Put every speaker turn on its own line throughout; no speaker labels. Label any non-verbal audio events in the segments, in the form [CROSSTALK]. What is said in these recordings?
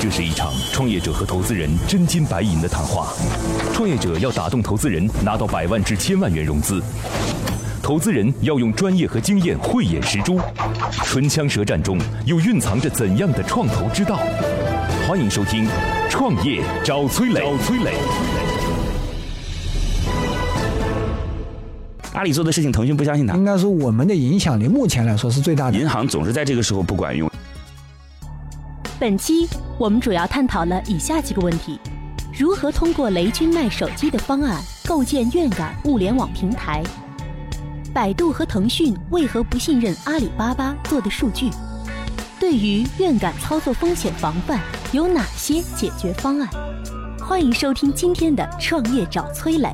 这是一场创业者和投资人真金白银的谈话。创业者要打动投资人，拿到百万至千万元融资；投资人要用专业和经验慧眼识珠。唇枪舌战中，又蕴藏着怎样的创投之道？欢迎收听《创业找崔磊》。找崔磊。
阿里做的事情，腾讯不相信他
应。该说我们的影响力目前来说是最大的。
银行总是在这个时候不管用。
本期我们主要探讨了以下几个问题：如何通过雷军卖手机的方案构建院感物联网平台？百度和腾讯为何不信任阿里巴巴做的数据？对于院感操作风险防范有哪些解决方案？欢迎收听今天的《创业找崔磊》。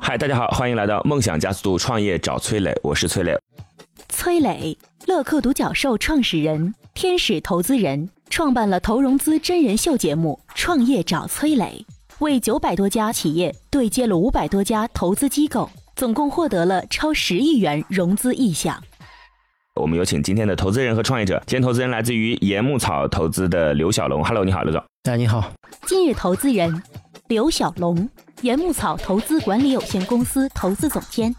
嗨，大家好，欢迎来到梦想加速度创业找崔磊，我是崔磊。
崔磊，乐客独角兽创始人、天使投资人，创办了投融资真人秀节目《创业找崔磊》，为九百多家企业对接了五百多家投资机构，总共获得了超十亿元融资意向。
我们有请今天的投资人和创业者，今天投资人来自于盐木草投资的刘小龙。Hello，你好，刘总。
哎，你好，
今日投资人刘小龙，盐木草投资管理有限公司投资总监，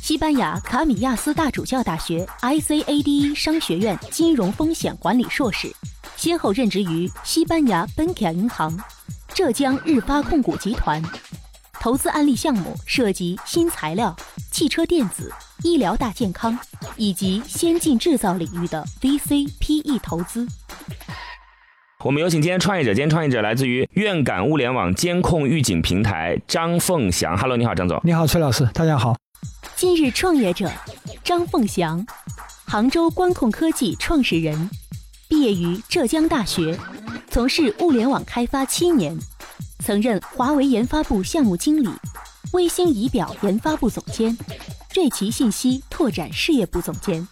西班牙卡米亚斯大主教大学 ICADE 商学院金融风险管理硕士，先后任职于西班牙本卡银行、浙江日发控股集团。投资案例项目涉及新材料、汽车电子、医疗大健康以及先进制造领域的 VC、PE E 投资。
我们有请今天创业者，今天创业者来自于院感物联网监控预警平台张凤翔。Hello，你好，张总。
你好，崔老师，大家好。
今日创业者张凤翔，杭州观控科技创始人，毕业于浙江大学，从事物联网开发七年，曾任华为研发部项目经理、微星仪表研发部总监、瑞奇信息拓展事业部总监。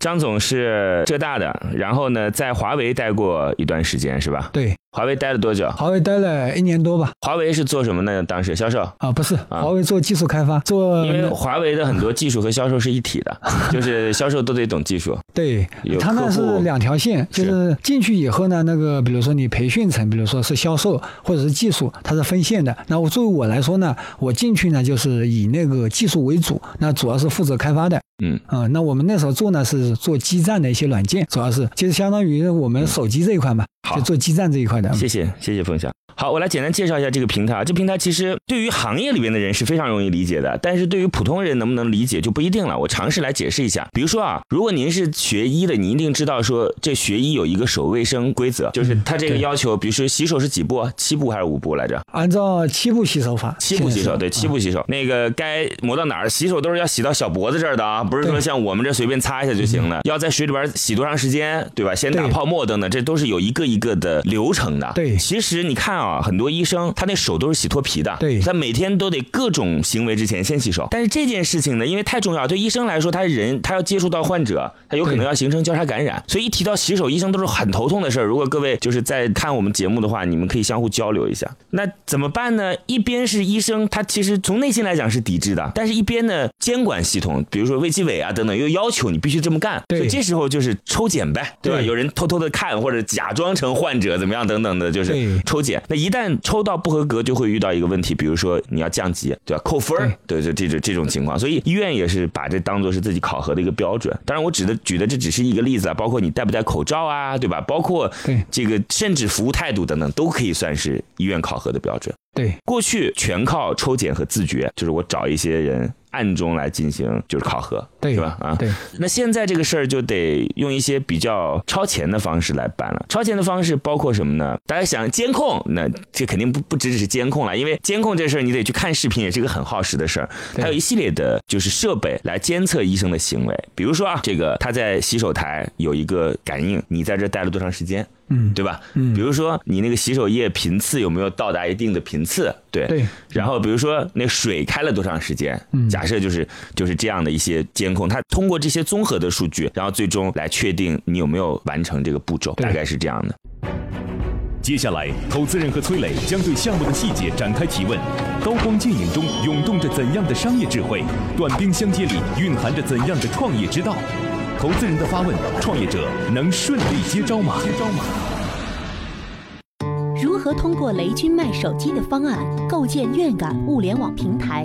张总是浙大的，然后呢，在华为待过一段时间，是吧？
对，
华为待了多久？
华为待了一年多吧？
华为是做什么呢？当时销售。
啊，不是，华为做技术开发，做
因为华为的很多技术和销售是一体的，就是销售都得懂技术。
对
有，
它
客
那
户
是两条线，就是是进去以后呢，那个比如说你培训层，比如说是销售或者是技术，它是分线的。那我作为我来说呢，我进去呢就是以那个技术为主，那主要是负责开发的。
嗯
啊、那我们那时候做呢是做基站的一些软件，主要是就是相当于我们手机这一块嘛，
嗯好
就做基站这一块的。
谢谢谢谢凤翔。好，我来简单介绍一下这个平台啊。这平台其实对于行业里边的人是非常容易理解的，但是对于普通人能不能理解就不一定了。我尝试来解释一下，比如说啊，如果您是学医的，你一定知道说这学医有一个守卫生规则，就是它这个
对
要求，比如说洗手是几步，啊七步还是五步来着？
按照七步洗手啊法，
七步洗手，
现在
对，
是
七步洗手。那个该抹到哪儿洗手都是要洗到小脖子这儿的啊，不是说
对嗯
像我们这随便擦一下就行了。要在水里边洗多长时间，对吧？先打
对
泡沫等等，这都是有一个一个的流程的。
对
其实你看啊，很多医生他那手都是洗脱皮的，
对
他每天都得各种行为之前先洗手。但是这件事情呢，因为太重要，对医生来说，他人他要接触到患者，他有可能
对
要形成交叉感染，所以一提到洗手，医生都是很头痛的事儿。如果各位就是在看我们节目的话，你们可以相互交流一下。那怎么办呢？一边是医生，他其实从内心来讲是抵制的，但是一边呢，监管系统，比如说卫计委啊等等，又要求你必须这么干，
对
所以这时候就是抽检呗，对吧？
对
有人偷偷的看或者假装成患者怎么样等等的，就是
对
抽检。那一旦抽到不合格，就会遇到一个问题，比如说你要降级，对吧？扣分儿，对，就这种这种情况。所以医院也是把这当做是自己考核的一个标准。当然，我指的举的这只是一个例子啊，包括你戴不戴口罩啊，对吧？包括
对
这个甚至服务态度等等，都可以算是医院考核的标准。
对
过去全靠抽检和自觉，就是我找一些人暗中来进行就是考核，
对
是吧？啊，
对
那现在这个事儿就得用一些比较超前的方式来办了。超前的方式包括什么呢？大家想监控，那这肯定不不只只是监控了，因为监控这事儿你得去看视频，也是个很耗时的事儿。
对
还有一系列的就是设备来监测医生的行为，比如说啊，这个他在洗手台有一个感应，你在这待了多长时间，
嗯
对吧？
嗯
比如说你那个洗手液频次有没有到达一定的频次，对。
对
然后比如说那水开了多长时间，
嗯
假设就是就是这样的一些监控，它通过这些综合的数据，然后最终来确定你有没有完成这个步骤，
对
大概是这样的。
接下来，投资人和崔磊将对项目的细节展开提问。刀光剑影中涌动着怎样的商业智慧？短兵相接里蕴含着怎样的创业之道？投资人的发问，创业者能顺利接招吗？
如何通过雷军卖手机的方案构建愿感物联网平台？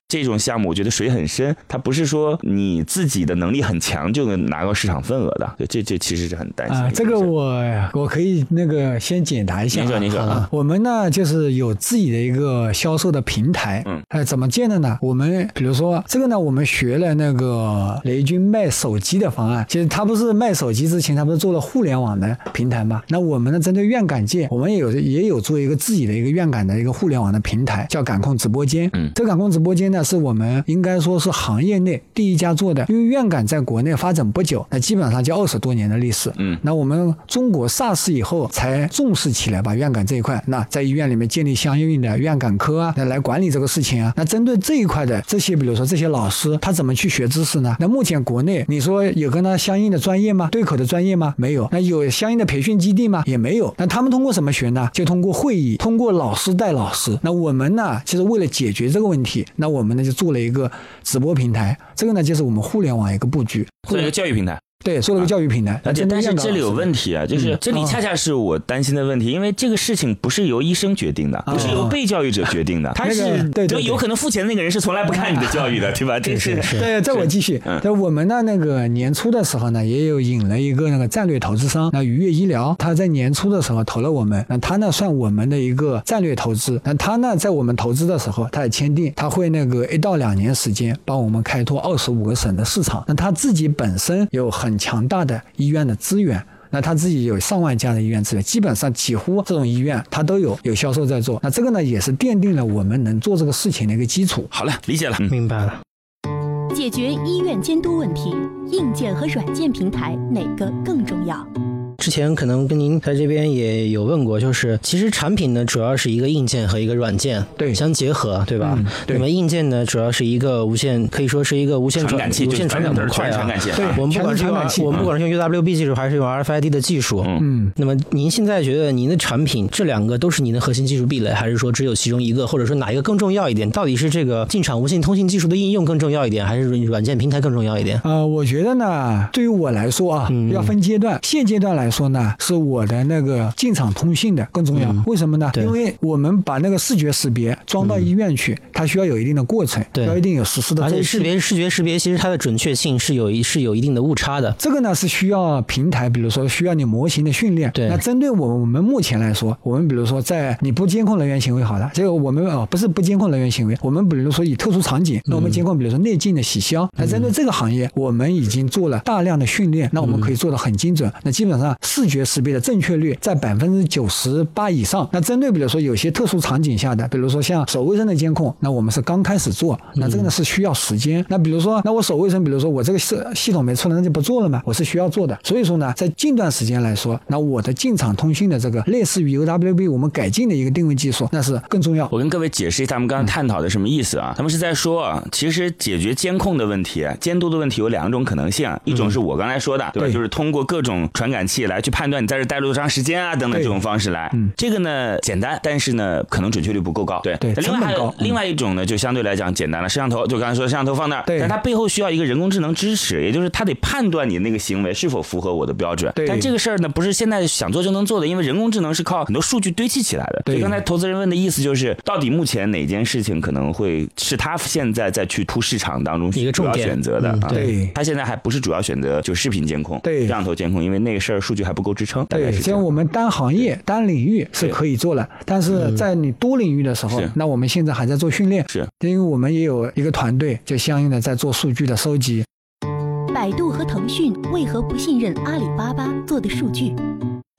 这种项目，我觉得水很深，它不是说你自己的能力很强就能拿到市场份额的。对，这这其实是很担心的
啊，
一
这个
事儿
我我可以那个先解答一下啊。
您说您说
好吧
啊
我们呢就是有自己的一个销售的平台，
嗯，
哎，怎么建的呢？我们比如说这个呢，我们学了那个雷军卖手机的方案，其实他不是卖手机之前，他不是做了互联网的平台嘛？那我们呢，针对院感界，我们也有也有做一个自己的一个院感的一个互联网的平台，叫感控直播间，
嗯
这感控直播间呢，是我们应该说是行业内第一家做的，因为院感在国内发展不久，那基本上就二十多年的历史。
嗯
那我们中国 SARS 以后才重视起来吧，院感这一块。那在医院里面建立相应的院感科啊，那来管理这个事情啊。那针对这一块的这些，比如说这些老师，他怎么去学知识呢？那目前国内你说有跟他相应的专业吗？对口的专业吗？没有。那有相应的培训基地吗？也没有。那他们通过什么学呢？就通过会议，通过老师带老师。那我们呢，其实为了解决这个问题，那我们呢就做了一个直播平台。这个呢就是我们互联网一个布局，
做一个教育平台。
对，做了个教育平台。那
而且，
针对
但是
院感
这里有
老师
问题啊，就是
嗯
这里
啊
恰恰是我担心的问题，因为这个事情不是由医生决定的，不是由被教育者决定的，他
那个
是
对对对
有可能付钱的那个人是从来不看你的教育的，对吧？这个是
对，这我继续
嗯。
那我们呢，那个年初的时候呢，也有引了一个那个战略投资商，那愉悦医疗，他在年初的时候投了我们，那他呢算我们的一个战略投资。那他呢，在我们投资的时候，他也签订，他会那个一到两年时间帮我们开拓二十五个省的市场。那他自己本身有很强大的医院的资源。那他自己有上万家的医院资源，基本上几乎这种医院他都有有销售在做。那这个呢，也是奠定了我们能做这个事情的一个基础。
好了，理解了。嗯
明白了。
解决医院监督问题，硬件和软件平台哪个更重要？
之前可能跟您在这边也有问过，就是其实产品呢主要是一个硬件和一个软件
对
相结合，对吧？
嗯对
那么硬件呢主要是一个无线，可以说是一个无线
传感器，
无
就是
线传感
都
模
是
块
全传
啊。
感器。
对
啊
我们不管是用
全是传感器
R- 我们不管是用 UWB 技术还是用 RFID 的技术，
嗯
嗯，
那么您现在觉得您的产品这两个都是您的核心技术壁垒，还是说只有其中一个，或者说哪一个更重要一点？到底是这个进场无线通信技术的应用更重要一点，还是软软件平台更重要一点？
呃，我觉得呢，对于我来说啊，
嗯
要分阶段。现阶段来说呢，是我的那个进场通信的更重要。为什么呢？
嗯对嗯
因为我们把那个视觉识别装到医院去，它需要有一定的过程，
对
要一定有实施的
而
周
且
期。
识别视觉识别其实它的准确性是有一是有一定的误差的。
这个呢是需要平台，比如说需要你模型的训练。
对
那针对我们我们目前来说，我们比如说在你不监控人员行为好了，这个我们哦不是不监控人员行为，我们比如说以特殊场
嗯
景，那我们监控比如说内镜的洗消。那针对这个行业，我们已经做了大量的训练，那我
嗯
们可以做的很精准。那基本上视觉识别的正确率在百分之九十八以上。那针对比如说有些特殊场景下的，比如说像手卫生的监控，那我们是刚开始做，那这个呢
嗯
是需要时间。那比如说，那我手卫生，比如说我这个系系统没出来，那就不做了嘛，我是需要做的。所以说呢，在近段时间来说，那我的进场通信的这个类似于 UWB 我们改进的一个定位技术，那是更重要。
我跟各位解释一下，我们刚刚探讨的什么意思啊？他们是在说啊，其实解决监控的问题、啊监督的问题有两种可能性，啊一种是我刚才说的，对吧？
嗯对
就是通过各种传感器啊来去判断你在这待了多长时间啊，等等
对
这种方式来。
嗯
这个呢简单，但是呢可能准确率不够高。对
对
另外还
成本
有
高嗯
另外一种呢，就相对来讲简单了，摄像头就刚才说的摄像头放那儿，
对
但它背后需要一个人工智能支持，也就是它得判断你那个行为是否符合我的标准。
对
但这个事儿呢，不是现在想做就能做的，因为人工智能是靠很多数据堆砌起来的。
对
所以刚才投资人问的意思就是，到底目前哪件事情可能会是他现在在去铺市场当中
一个
主
重
要
点
选择的
嗯
啊？
对
他现在还不是主要选择就视频监控、
对
摄像头监控，因为那个事儿数据还不够支撑。大概
对，
是这
像
样。
我们单行业、单领域是可以做了，但是在你多领域的时候
嗯是，
那我们现在还在做训练，
是
因为我们也有一个团队，就相应的在做数据的收集。
百度和腾讯为何不信任阿里巴巴做的数据？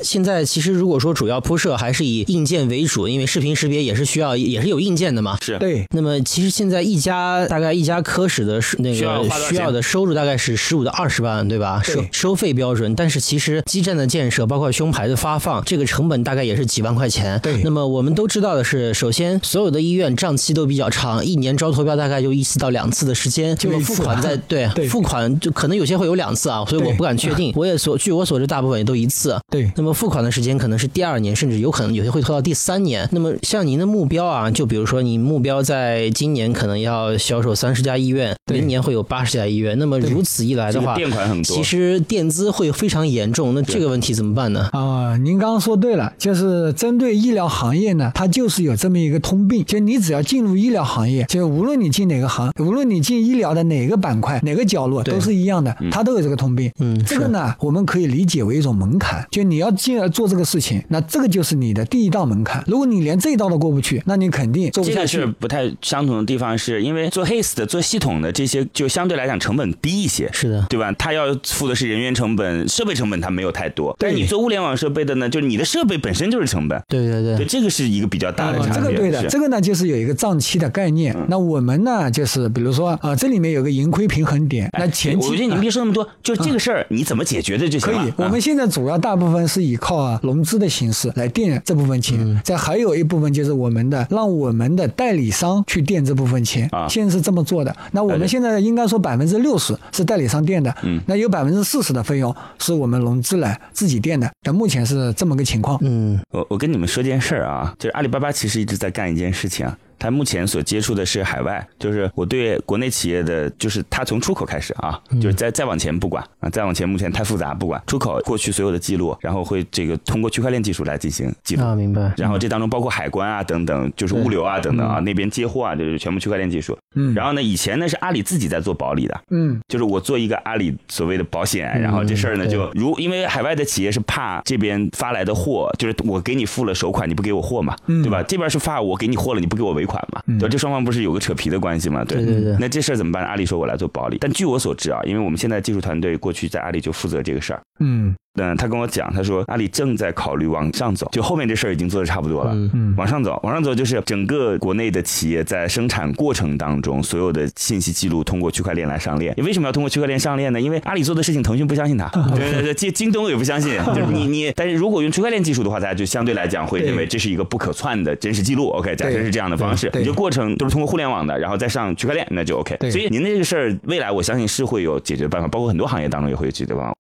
现在其实如果说主要铺设还是以硬件为主，因为视频识别也是需要也是有硬件的嘛。
是
对，
那么其实现在一家大概一家科室的是那
需要花
个
多少
需
钱
要的收入大概是十五到二十万，对吧？
对
收收费标准，但是其实基站的建设，包括胸牌的发放，这个成本大概也是几万块钱。
对
那么我们都知道的是，首先所有的医院账期都比较长，一年招投标大概就一次到两次的时间，
就
那么
一
付
次
款
啊
在对
对
付款就可能有些会有两次啊，所以我
对
不敢确定。我也所据我所知，大部分也都一次。
对，
那么付款的时间可能是第二年，甚至有可能有些会拖到第三年。那么像您的目标啊，就比如说你目标在今年可能要销售三十家医院，
对
明年会有八十家医院。那么
对
如此一来
这
的
个
话，
垫款很多
其。实垫资会非常严重。那这个问题怎么办呢？
啊、您刚刚说对了，就是针对医疗行业呢，它就是有这么一个通病，就你只要进入医疗行业，就无论你进哪个行，无论你进医疗的哪个板块、哪个角落，
对
都是一样的，它都有这个通病。
嗯
这个呢，我们可以理解为一种门槛，就你要进来做这个事情，那这个就是你的第一道门槛。如果你连这一道都过不去，那你肯定做不
这
下
个
去。
是不太相同的地方，是因为做 HAST 的、做系统的这些，就相对来讲成本低一些，
是的，
对吧？它要付的是人员成本、设备成本，它没有太多。
对
但你做物联网设备的呢，就是你的设备本身就是成本，
对对
对，
对，
这个是一个比较大的
啊
差别。
这个对的，
是嗯
这个呢就是有一个账期的概念。那我们呢就是比如说啊、这里面有个盈亏平衡点，那前期
哎我觉得你
啊
别说那么多，就这个事儿你怎么解决的就行
可
了。
以
啊，
我们现在主要大部分是依靠啊融资的形式来垫这部分
嗯
钱，再还有一部分就是我们的让我们的代理商去垫这部分钱
啊，
现在是这么做的。那我
对
们现在应该说百分之六十是代理商垫的
嗯，
那有百分之四十的费用是我们融资来自己垫的。那目前是这么个情况。
嗯，
我我跟你们说件事儿啊，就是阿里巴巴其实一直在干一件事情啊。它目前所接触的是海外，就是我对国内企业的，就是它从出口开始啊，
嗯
就是再再往前不管啊，再往前目前太复杂不管，出口过去所有的记录，然后会这个通过区块链技术来进行记录，
啊，明白。
然后这当中包括海关啊等等，就是物流啊等等啊，那边接货啊，就是全部区块链技术。
嗯，
然后呢，以前呢是阿里自己在做保理的，
嗯，
就是我做一个阿里所谓的保险，然后这事儿呢
对
就如因为海外的企业是怕这边发来的货，就是我给你付了首款，你不给我货嘛，对吧？这边是发我给你货了，你不给我尾款嘛，对吧，这双方不是有个扯皮的关系嘛？对
对对对
那这事儿怎么办？阿里说我来做保理，但据我所知啊，因为我们现在技术团队过去在阿里就负责这个事儿。
嗯
嗯，他跟我讲，他说阿里正在考虑往上走，就后面这事儿已经做的差不多了，
嗯
嗯
往上走，往上走就是整个国内的企业在生产过程当中，所有的信息记录通过区块链来上链。为什么要通过区块链上链呢？因为阿里做的事情，腾讯不相信
[LAUGHS]
它，对对对，京京东也不相信。就是你你，但是如果用区块链技术的话，大家就相对来讲会
对
认为这是一个不可篡的真实记录。OK，假设
对
是这样的方式，
对对
你这过程都是通过互联网的，然后再上区块链，那就 OK
对。
所以您的这个事儿，未来我相信是会有解决的办法，包括很多行业当中也会有解决的办法。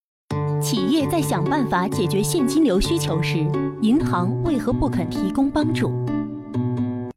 企业在想办法解决现金流需求时，银行为何不肯提供帮助？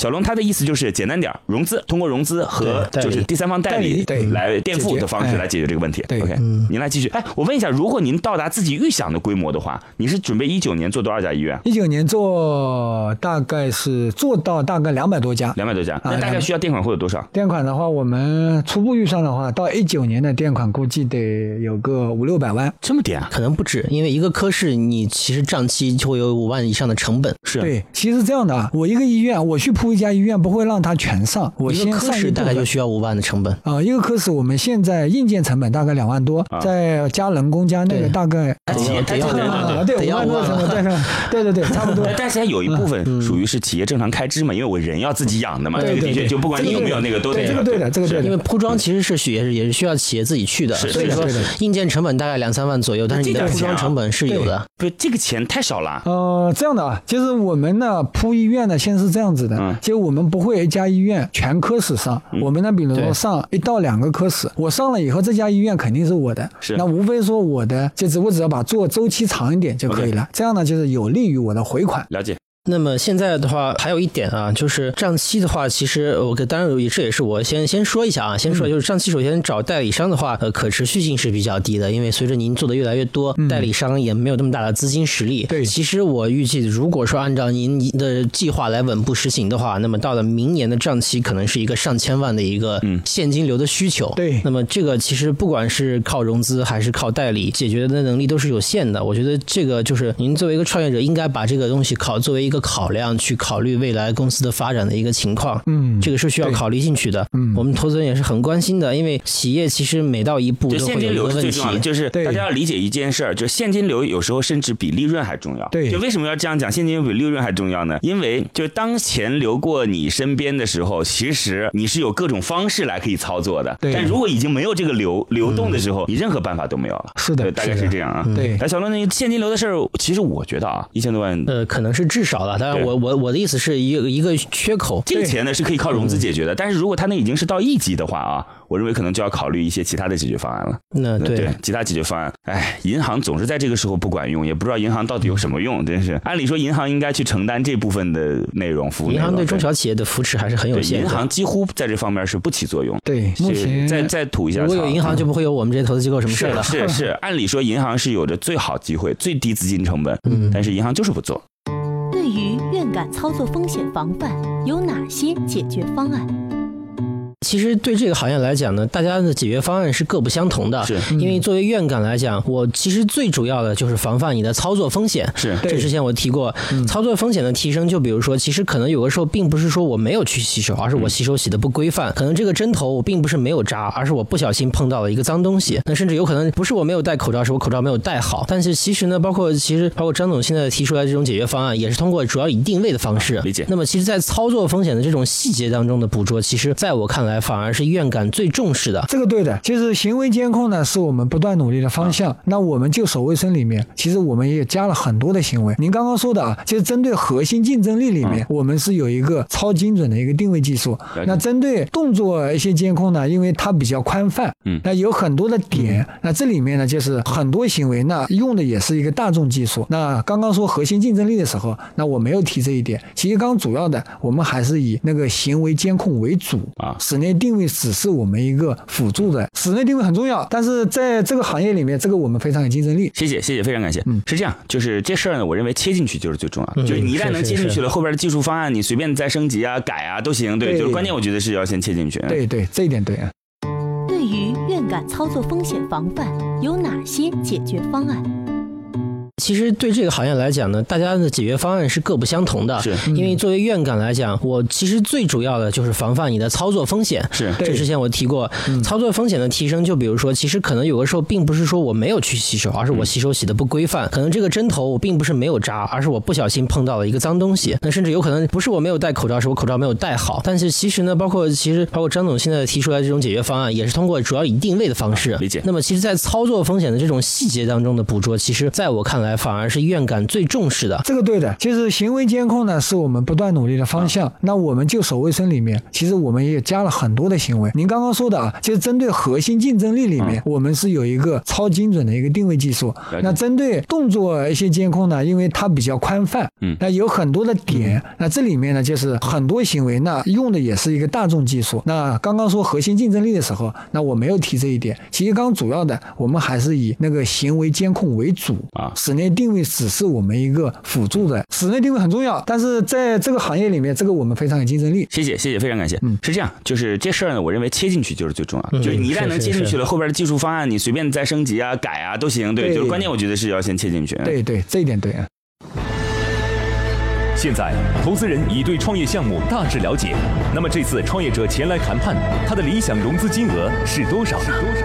小龙他的意思就是简单点儿，融资通过融资和
对代理
就是第三方代理
代理对
来垫付
解决
的方式
哎
来解决这个问题。
对
，OK，
嗯
您来继续。哎，我问一下，如果您到达自己预想的规模的话，你是准备一九年做多少家医院？
一九年做大概是做到大概两百多家，
两百多家，那大
啊两
概
百
需要垫款会有多少？
垫款的话，我们初步预算的话，到一九年的垫款估计得有个五六百万。
这么点啊？
可能不止，因为一个科室你其实账期就会有五万以上的成本。
是，
对，其实这样的啊，我一个医院，我去铺一家医院，不会让它全上，我
一
先
个科
上一
室
部
大概就
分。
需要五万的成本。
啊、一个科室我们现在硬件成本大概两万多，再加人工加那
啊对
个大概
他企业他
得要
这个
嗯哎对
人
啊，对，
对得
五
要
万多
忘
成
了
本带上，
[LAUGHS]
对对对，差不多。
但但是还有一部分属于是企业正常开支嘛，因为我人要自己养的嘛，这
嗯对
个的
对
确
对，
就不管你有没有那个都得
对这个对的，这个对
因为
的。
铺装其实是需也是也是需要企业自己去的，
是
所以
是
说
的是的
硬件成本大概两三万左右，但是你
这
的
点
铺
钱啊
装成本是有的。
不，这个钱太少了。
呃，这样的啊，就是我们呢铺医院呢，先是这样子的，
嗯
就我们不会一家医院全科室上，
嗯
我们呢比如
对
说上一到两个科室，我上了以后，这家医院肯定是我的，
是
那无非说
哦
我的，就只我只要把做周期长一点就可以了，这样呢就是有利于我的回款。
了解，
那么现在的话，还有一点啊，就是账期的话，其实我跟当然也这也是我先先说一下啊，先说就是账期，首先找代理商的话，呃，可持续性是比较低的，因为随着您做的越来越多，代理商也没有那么大的资金实力。
对
其实我预计，如果说按照您的计划来稳步实行的话，那么到了明年的账期，可能是一个上千万的一个现金流的需求。
对
那么这个其实不管是靠融资还是靠代理，解决的能力都是有限的。我觉得这个就是您作为一个创业者，应该把这个东西考作为一个考量去考虑未来公司的发展的一个情况。
嗯
这个是需要
对
考虑进去的。
嗯
我们投资人也是很关心的，因为企业其实每到一步
就
都会
现金
有
流
一
是
个
最
问
重要的，
题。
就是
对
大家要理解一件事儿，就是现金流有时候甚至比利润还重要。
对
就为什么要这样讲？现金流比利润还重要呢？因为就是当钱流过你身边的时候，其实你是有各种方式来可以操作的。
对嗯
但如果已经没有这个流流动的时候，你任何办法都没有了。
是的
对大概
是的嗯
是这样啊。
对
来，小龙，那个现金流的事儿，其实我觉得啊，一千多万。
呃，可能是至少了，当然
对
我我我的意思是一个一个缺口，
这个钱呢是可以靠融
嗯
资解决的，但是如果他那已经是到亿级的话啊，我认为可能就要考虑一些其他的解决方案了。
那呃对
对，其他解决方案，哎，银行总是在这个时候不管用，也不知道银行到底有什么用，真是。按理说，银行应该去承担这部分的内容服务内
银
容。
行对中小企业的扶持还是很有
对
限
银
的。
行几乎在这方面是不起作用。
对，目
是
前
再再吐一下
如
槽，
果有银行，就不会有我们这些投资机构什么事儿了。
是是
[LAUGHS]
是，按理说银行是有着最好机会、最低资金成本，
嗯
但是银行就是不做。
对于院感操作风险防范有哪些解决方案？
其实对这个行业来讲呢，大家的解决方案是各不相同的。
是
嗯
因为作为院感来讲，我其实最主要的就是防范你的操作风险。
是
这
对
之前我提过，
嗯
嗯
操作风险的提升，就比如说，其实可能有的时候并不是说我没有去洗手，而是
嗯
我洗手洗的不规范。可能这个针头我并不是没有扎，而是我不小心碰到了一个脏东西。那甚至有可能不是我没有戴口罩，是我口罩没有戴好。但是其实呢，包括其实包括张总现在提出来这种解决方案，也是通过主要以定位的方式。
理解
那么其实，在操作风险的这种细节当中的捕捉，其实在我看来，反而是院感最重视的。
这个对的，其实行为监控呢是我们不断努力的方向。
啊
那我们就守卫生里面，其实我们也加了很多的行为。您刚刚说的啊，就是针对核心竞争力里面，我们是有一个超精准的一个定位技术
啊解。
那针对动作一些监控呢，因为它比较宽泛，
嗯
那有很多的点。那这里面呢，就是很多行为，那用的也是一个大众技术。那刚刚说核心竞争力的时候，那我没有提这一点。其实刚主要的，我们还是以那个行为监控为主
啊
室内定位只是我们一个辅助的，室内定位很重要，但是在这个行业里面，这个我们非常有竞争力。
谢谢，谢谢，非常感谢。是这样，就是这事儿呢，我认为切进去就是最重要的，
嗯
就是你一旦
是
能
是
切进
是
去了，后边的技术方案你随便再升级啊、改啊都行。对，
对
就是关键，我觉得是要先切进去。嗯
对对，这一点对啊。
对于院感操作风险防范有哪些解决方案？
其实对这个行业来讲呢，大家的解决方案是各不相同的。
是
因
嗯
为作为院感来讲，我其实最主要的就是防范你的操作风险。
是
这
对
之前我提过，
嗯
操作风险的提升，就比如说，其实可能有的时候并不是说我没有去洗手，而
嗯
是我洗手洗的不规范。可能这个针头我并不是没有扎，而是我不小心碰到了一个脏东西。那甚至有可能不是我没有戴口罩，是我口罩没有戴好。但是其实呢，包括其实包括张总现在提出来这种解决方案，也是通过主要以定位的方式。
啊理解
那么其实，在操作风险的这种细节当中的捕捉，其实在我看来，反而是院感最重视的。
这个对的，其实行为监控呢是我们不断努力的方
啊
向。那我们就守卫生里面，其实我们也加了很多的行为。您刚刚说的啊，就是针对核心竞争力里面，我们是有一个超精准的一个定位技术
啊解。
那针对动作一些监控呢，因为它比较宽泛，
嗯
那有很多的点。那这里面呢，就是很多行为，那用的也是一个大众技术。那刚刚说核心竞争力的时候，那我没有提这一点。其实刚主要的，我们还是以那个行为监控为主
啊
室内定位只是我们一个辅助的，室内定位很重要，但是在这个行业里面，这个我们非常有竞争力。
谢谢，谢谢，非常感谢。
嗯
是这样，就是这事儿呢，我认为切进去就是最重要的，
嗯
就是你一旦
是
能
是
切进
是
去了，后边的技术方案你随便再升级啊、改啊都行。对，
对
就是关键，我觉得是要先切进去。，嗯
对对，这一点对啊。
现在，投资人已对创业项目大致了解。那么这次创业者前来谈判，他的理想融资金额是多少？是多少？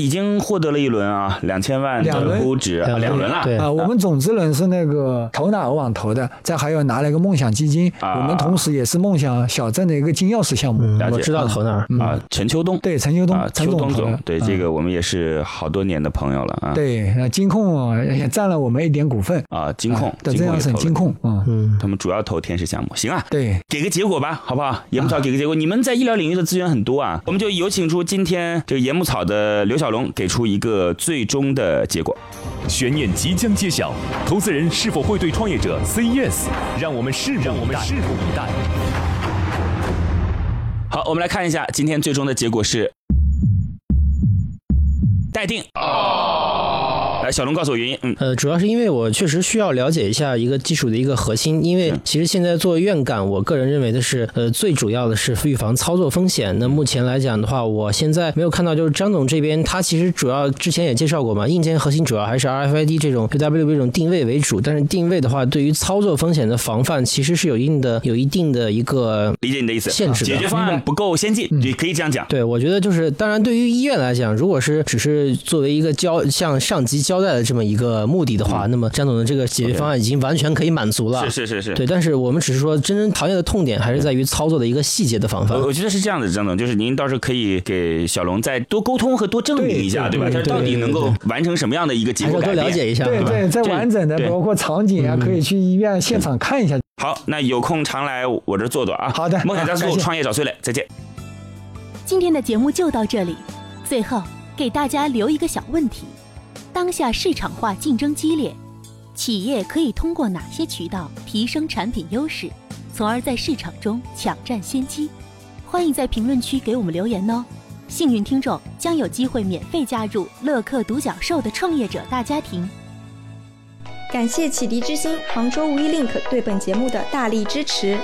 已经获得了一轮啊，两千万
两
的
轮
估值，啊两轮了。
对
啊，我们种子轮是那个投哪儿网投的，再还有拿了一个梦想基金，
啊
我们同时也是梦想小镇的一个金钥匙项目。
嗯
了，解
我知道投哪儿。
啊，陈秋冬，
对，陈秋东
啊，，
陈
秋冬
投
总
的，
对
嗯
这个我们也是好多年的朋友了啊。
对，呃金控也占了我们一点股份，
啊，金控，
对，
金控
这样
也投
省
了
金，控，嗯，
嗯，
他们主要投天使项目。行啊，
对，
给个结果吧，好不好？野木草给个结果，你们在医疗领域的资源很多啊，我们就有请出今天这个野木草的刘小龙，给出一个最终的结果。
悬念即将揭晓，投资人是否会对创业者 say yes？让我们拭目我们拭目以待。
好，我们来看一下今天最终的结果是待定。来，小龙告诉我原因。嗯，
呃，主要是因为我确实需要了解一下一个技术的一个核心，因为其实现在做院感，我个人认为的是，呃，最主要的是预防操作风险。那目前来讲的话，我现在没有看到，就是张总这边他其实主要之前也介绍过嘛，硬件核心主要还是 RFID 这种 UWB 这种定位为主，但是定位的话，对于操作风险的防范其实是有一定的有一定的一个
理解你的意思，
限制的
解决方案不够先
嗯
进，你可以这样讲。
对，我觉得就是，当然，对于医院来讲，如果是只是作为一个交向上级交代的这么一个目的的话，那么张总的这个解决方案已经完全可以满足了。
嗯是是是是。
对，但是我们只是说，真正行业的痛点还是在于操作的一个细节的防范
我。我觉得是这样的，张总，就是您到时候可以给小龙再多沟通和多证明一下，对
对
吧？
对
他到底
对对
能够完成什么样的一个结
还是
果
要
呃改
多了
变？
解一下，
对
吧？
对，在
这
完整的
对嗯
包括场景啊，可以去医院现场看一下。
好，那有空常来我这坐坐啊。
好的
梦想加
好
速
感
度，
谢
创业找崔磊，再见。
今天的节目就到这里。最后给大家留一个小问题：当下市场化竞争激烈，企业可以通过哪些渠道提升产品优势，从而在市场中抢占先机？欢迎在评论区给我们留言哦。幸运听众将有机会免费加入乐客独角兽的创业者大家庭。
感谢启迪之星、杭州无一 link 对本节目的大力支持。